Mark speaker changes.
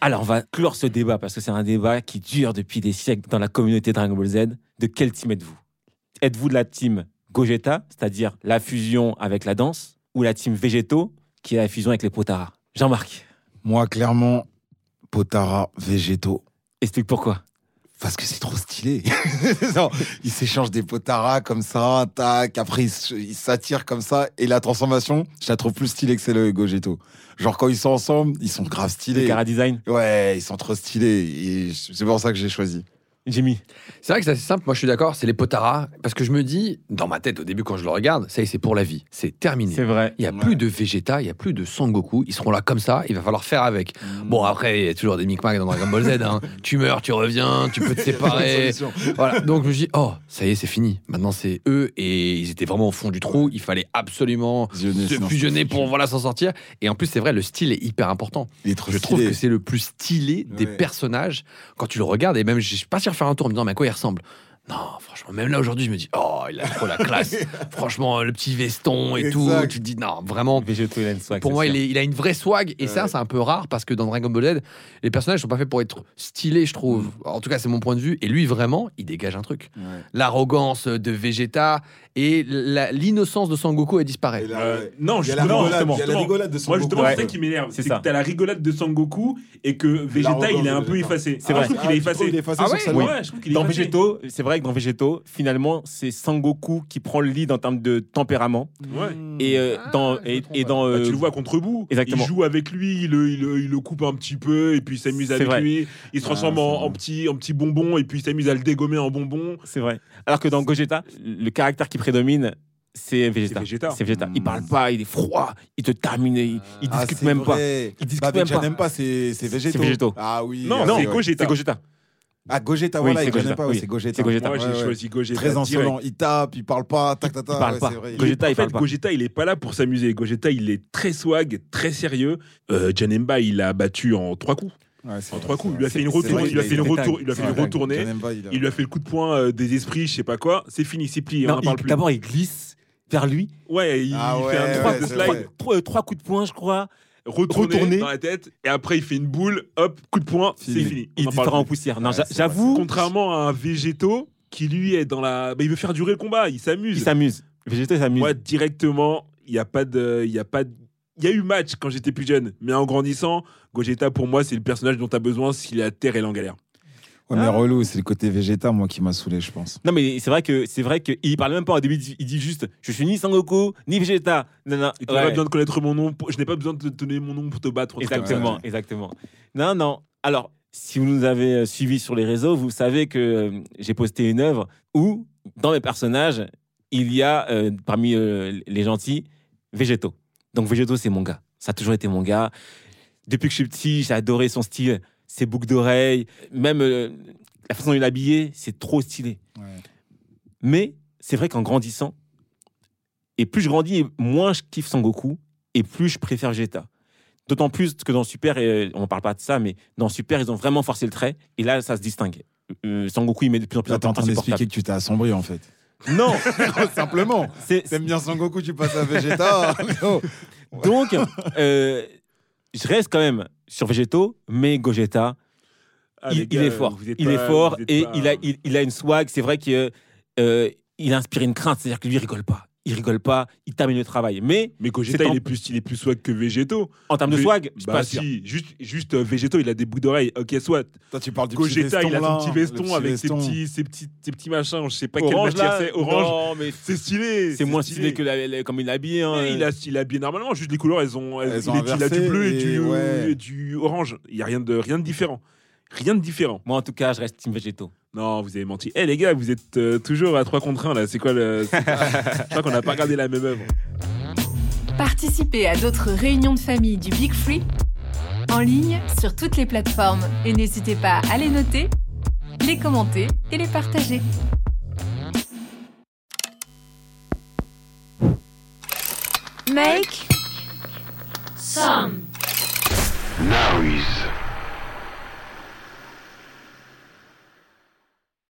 Speaker 1: Alors, on va clore ce débat parce que c'est un débat qui dure depuis des siècles dans la communauté Dragon Ball Z. De quelle team êtes-vous Êtes-vous de la team Gogeta, c'est-à-dire la fusion avec la danse, ou la team Végéto, qui est la fusion avec les Potara Jean-Marc,
Speaker 2: Moi, clairement, Potara végétaux.
Speaker 1: explique pourquoi.
Speaker 2: Parce que c'est trop stylé. Non, ils s'échangent des potaras comme ça, tac. Après, ils se- ils s'attirent comme ça. Et la transformation, je la trouve plus stylée que celle de Gogeto. Genre, quand ils sont ensemble, ils sont grave
Speaker 1: Le
Speaker 2: stylés.
Speaker 1: Cara Design,
Speaker 2: Ouais, ils sont trop stylés. Et c'est pour ça que j'ai choisi.
Speaker 1: Jimmy.
Speaker 3: C'est vrai que c'est assez simple, moi je suis d'accord, c'est les Potara, parce que je me dis, dans ma tête au début quand je le regarde, ça y est, c'est pour la vie, c'est terminé.
Speaker 1: vrai.
Speaker 3: Il n'y a
Speaker 2: Ouais.
Speaker 3: plus de Vegeta, il n'y a plus de Sangoku, ils seront là comme ça, il va falloir faire avec.
Speaker 2: Mm.
Speaker 3: Bon, après, il y a toujours des micmacs dans Dragon Ball Z, hein. tu meurs, tu reviens, tu peux te séparer. voilà. Donc je me dis, oh, ça y est, c'est fini. Maintenant, c'est eux, et ils étaient vraiment au fond du trou, il fallait absolument
Speaker 2: Fusionner,
Speaker 3: se
Speaker 2: sinon-
Speaker 3: fusionner pour voilà, s'en sortir. Et en plus, c'est vrai, le style est hyper important.
Speaker 2: Il est trop
Speaker 3: Je trouve
Speaker 2: stylé.
Speaker 3: que c'est le plus stylé des
Speaker 2: Ouais.
Speaker 3: personnages quand tu le regardes. Et même, je suis pas sûr de faire un tour en me disant, mais à quoi il ressemble Non, franchement, même là aujourd'hui, je me dis, oh, il a trop la classe. franchement, le petit veston et tout.
Speaker 2: Exact.
Speaker 3: Tu te dis, non, vraiment.
Speaker 1: Végéto, il a une swag,
Speaker 3: Pour
Speaker 1: c'est
Speaker 3: moi,
Speaker 1: sûr.
Speaker 3: il, est- il a une vraie swag. Et ça,
Speaker 2: Ouais.
Speaker 3: c'est un peu rare parce que dans Dragon Ball Z, les personnages sont pas faits pour être stylés, je trouve. En tout cas, c'est mon point de vue. Et lui, vraiment, il dégage un truc.
Speaker 2: Mm. Ouais.
Speaker 3: L'arrogance de Vegeta et la- l'innocence de Sangoku, elle disparaît.
Speaker 2: Et là,
Speaker 4: Euh,
Speaker 2: Ah ouais.
Speaker 4: non,
Speaker 2: Il y a
Speaker 4: justement,
Speaker 2: la rigolade,
Speaker 4: justement,
Speaker 2: il y a la
Speaker 4: justement.
Speaker 2: rigolade de son
Speaker 4: Moi, justement,
Speaker 1: Ouais.
Speaker 4: c'est ça qui m'énerve.
Speaker 1: C'est
Speaker 4: C'est
Speaker 1: ça.
Speaker 4: que t'as la rigolade de Sangoku et que Vegeta,
Speaker 2: L'arrogance
Speaker 4: il est un
Speaker 2: de
Speaker 4: peu
Speaker 2: Vegeta.
Speaker 4: effacé.
Speaker 1: C'est
Speaker 4: Ah,
Speaker 1: vrai.
Speaker 4: Je trouve qu'il est
Speaker 2: Il est
Speaker 4: effacé.
Speaker 2: effacé
Speaker 3: Ah
Speaker 2: sur
Speaker 3: ouais,
Speaker 2: sa
Speaker 1: Oui.
Speaker 4: Ouais, je trouve qu'il est
Speaker 1: Dans
Speaker 4: effacé.
Speaker 1: Végéto, c'est vrai que dans Végéto, finalement, c'est Sangoku qui prend le lead en termes de tempérament.
Speaker 4: Ouais.
Speaker 1: Et euh,
Speaker 3: Ah,
Speaker 1: dans.
Speaker 3: je me
Speaker 1: Et,
Speaker 3: trompe
Speaker 1: et
Speaker 3: pas.
Speaker 1: dans
Speaker 4: Hmm. Bah,
Speaker 1: euh,
Speaker 4: tu le vois à contre-bout.
Speaker 1: exactement.
Speaker 4: Il joue avec lui, il, le- il le- il le coupe un petit peu, et puis il s'amuse
Speaker 1: C'est
Speaker 4: avec
Speaker 1: vrai.
Speaker 4: lui. Il se
Speaker 2: Ah,
Speaker 4: transforme
Speaker 2: c'est
Speaker 4: en,
Speaker 2: vrai.
Speaker 4: en petit, en petit bonbon, et puis il s'amuse à le dégommer en bonbon.
Speaker 1: C'est vrai. Alors que dans Gogeta, le caractère qui prédomine, c'est Vegeta.
Speaker 4: C'est Vegeta.
Speaker 1: Il parle pas, il est froid, il te termine, il, il
Speaker 2: Ah,
Speaker 1: discute
Speaker 2: c'est
Speaker 1: même pas.
Speaker 2: vrai.
Speaker 1: Il discute
Speaker 2: Bah,
Speaker 1: même
Speaker 2: Vegeta
Speaker 1: pas.
Speaker 2: n'aime pas, c'est c'est végétaux.
Speaker 1: végétaux.
Speaker 2: Ah oui.
Speaker 4: Non,
Speaker 2: ah,
Speaker 4: non,
Speaker 2: ouais,
Speaker 4: c'est
Speaker 2: ouais.
Speaker 4: Gogeta.
Speaker 1: C'est Gogeta.
Speaker 2: Ah, Gogeta,
Speaker 1: Oui,
Speaker 2: voilà,
Speaker 1: c'est
Speaker 2: il
Speaker 1: Gogeta,
Speaker 2: n'aime pas, oui,
Speaker 1: oui.
Speaker 2: c'est Gogeta.
Speaker 1: C'est Gogeta.
Speaker 4: Moi, j'ai
Speaker 2: Ouais, ouais.
Speaker 4: choisi Gogeta.
Speaker 2: Très
Speaker 4: direct.
Speaker 2: insolent, il tape, il parle pas, tac, tac, tac.
Speaker 1: Il parle
Speaker 2: ouais,
Speaker 1: pas.
Speaker 2: c'est vrai, il-
Speaker 1: Gogeta,
Speaker 4: en
Speaker 1: il
Speaker 4: fait,
Speaker 1: parle pas.
Speaker 4: Gogeta, il est pas là pour s'amuser. Gogeta, il est très swag, très sérieux. Euh, Janemba, il l'a battu en trois coups.
Speaker 2: Ouais, c'est
Speaker 4: En
Speaker 2: vrai,
Speaker 4: trois
Speaker 2: c'est
Speaker 4: coups, il
Speaker 2: vrai.
Speaker 4: lui a fait une
Speaker 1: C'est- c'est
Speaker 4: retour,
Speaker 1: vrai,
Speaker 4: il lui a
Speaker 1: il
Speaker 4: fait une
Speaker 1: était
Speaker 4: retour,
Speaker 1: dingue.
Speaker 4: il lui a fait
Speaker 2: Ouais,
Speaker 4: une
Speaker 2: dingue.
Speaker 4: retournée.
Speaker 2: Janemba, il a-
Speaker 4: Il lui a fait le coup de poing euh, des esprits, je sais pas quoi. C'est fini, c'est plié, on
Speaker 1: Non,
Speaker 4: en
Speaker 1: il-
Speaker 4: parle plus.
Speaker 1: D'abord, il glisse vers lui.
Speaker 4: Ouais, il
Speaker 2: Ah
Speaker 4: fait
Speaker 2: ouais,
Speaker 4: un
Speaker 1: trois,
Speaker 4: trois
Speaker 2: ouais,
Speaker 4: de
Speaker 2: c'est
Speaker 4: slide,
Speaker 2: vrai.
Speaker 1: trois- euh, trois coups de poing, je crois.
Speaker 4: retourné,
Speaker 1: Retourné.
Speaker 4: dans la tête, et après il fait une boule, hop, coup de poing, c'est
Speaker 2: Fini.
Speaker 4: fini.
Speaker 1: Il
Speaker 4: On en parle
Speaker 1: disparaît en
Speaker 4: plus.
Speaker 1: poussière. Non,
Speaker 2: Ouais,
Speaker 1: j'a-
Speaker 2: c'est vrai,
Speaker 1: j'avoue,
Speaker 4: Contrairement à un végétaux qui lui est dans la. bah, il veut faire durer le combat, il
Speaker 1: il
Speaker 4: s'amuse.
Speaker 1: s'amuse. Vegeta, il s'amuse.
Speaker 4: Moi, directement, il n'y a pas de. Il y a pas de- Il y a eu match quand j'étais plus jeune, mais en grandissant, Gogeta pour moi c'est le personnage dont tu as besoin si la terre est en galère.
Speaker 2: Ouais, mais relou, c'est le côté végétal, moi, qui m'a saoulé, je pense.
Speaker 1: Non, mais c'est vrai que c'est vrai qu'il parle même pas au début. il dit- Il dit juste Je suis ni Sangoku, ni Vegeta. Non, non.
Speaker 4: Et tu
Speaker 1: ouais.
Speaker 4: n'as pas besoin de connaître mon nom, pour- je n'ai pas besoin de te donner mon nom pour te battre.
Speaker 1: Exactement,
Speaker 2: Ouais.
Speaker 1: exactement. Non, non. Alors, si vous nous avez euh, suivis sur les réseaux, vous savez que euh, j'ai posté une œuvre où, dans mes personnages, il y a euh, parmi euh, les gentils Végétaux. Donc Végétaux, c'est mon gars. Ça a toujours été mon gars. Depuis que je suis petit, j'ai adoré son style, ses boucles d'oreilles, même euh, la façon dont il est habillé, c'est trop stylé.
Speaker 2: Ouais.
Speaker 1: Mais c'est vrai qu'en grandissant, et plus je grandis, et moins je kiffe Sangoku, et plus je préfère Vegeta. D'autant plus que dans Super, euh, on parle pas de ça, mais dans Super, ils ont vraiment forcé le trait. Et là, ça se distingue. Euh, Sangoku, il met de plus en plus
Speaker 2: Là, t'es en train
Speaker 1: insupportable.
Speaker 2: d'expliquer que tu t'es assombri, en fait.
Speaker 1: Non,
Speaker 2: Simplement.
Speaker 1: c'est
Speaker 2: T'aimes bien Son Goku, tu passes à Vegeta. hein, Léo.
Speaker 1: donc euh, je reste quand même sur Végétaux, mais Gogeta,
Speaker 4: Ah,
Speaker 1: il,
Speaker 4: les
Speaker 1: il
Speaker 4: gars,
Speaker 1: est fort.
Speaker 4: vous
Speaker 1: Il
Speaker 4: êtes
Speaker 1: est
Speaker 4: pas-
Speaker 1: fort
Speaker 4: vous êtes
Speaker 1: et
Speaker 4: pas-
Speaker 1: il a il, il a une swag. C'est vrai que euh, il inspire une crainte, c'est-à-dire que lui il rigole pas. Il rigole pas, il termine le travail. Mais
Speaker 4: Mais Gogeta,
Speaker 1: C'est en-
Speaker 4: il est plus, il est plus swag que Végétaux.
Speaker 1: en termes de
Speaker 4: Mais-
Speaker 1: swag, je suis
Speaker 4: Bah
Speaker 1: pas sûr.
Speaker 4: si, juste, juste euh, Végétaux, il a des boucles d'oreilles. Ok, soit.
Speaker 2: Toi, tu parles du petit
Speaker 4: Gogeta,
Speaker 2: veston,
Speaker 4: il a
Speaker 2: là,
Speaker 4: son petit
Speaker 2: le
Speaker 4: veston avec
Speaker 2: veston.
Speaker 4: ses petits, ses petits, ses petits machins. Je sais pas
Speaker 1: Orange,
Speaker 4: quelle
Speaker 1: là,
Speaker 4: matière c'est. Orange.
Speaker 1: non, mais
Speaker 4: C'est stylé.
Speaker 1: c'est moins stylé que la- la- comme il est habillé. hein.
Speaker 4: Mais Il a, il a bien normalement, juste les couleurs, elles ont, elles-
Speaker 2: Elles
Speaker 4: il,
Speaker 2: ont
Speaker 4: est- il a du
Speaker 2: inversé
Speaker 4: bleu et,
Speaker 2: et
Speaker 4: du,
Speaker 2: ouais.
Speaker 4: et du orange. Il y a rien de, rien de différent. Rien de différent.
Speaker 1: Moi en tout cas, je reste team Végétaux.
Speaker 4: Non, vous avez menti. Eh les gars, vous êtes euh, toujours à 3 contre 1 là. C'est quoi le. c'est- Je crois qu'on n'a pas regardé la même œuvre.
Speaker 5: Participez à d'autres réunions de famille du Big Free en ligne sur toutes les plateformes et n'hésitez pas à les noter, les commenter et les partager. Make
Speaker 6: Some.
Speaker 7: Now you